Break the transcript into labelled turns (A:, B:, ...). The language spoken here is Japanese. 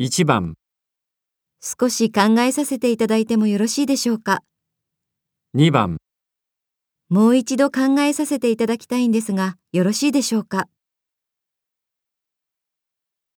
A: 1番、
B: 少し考えさせていただいてもよろしいでしょうか。
A: 2番、
B: もう一度考えさせていただきたいんですが、よろしいでしょうか。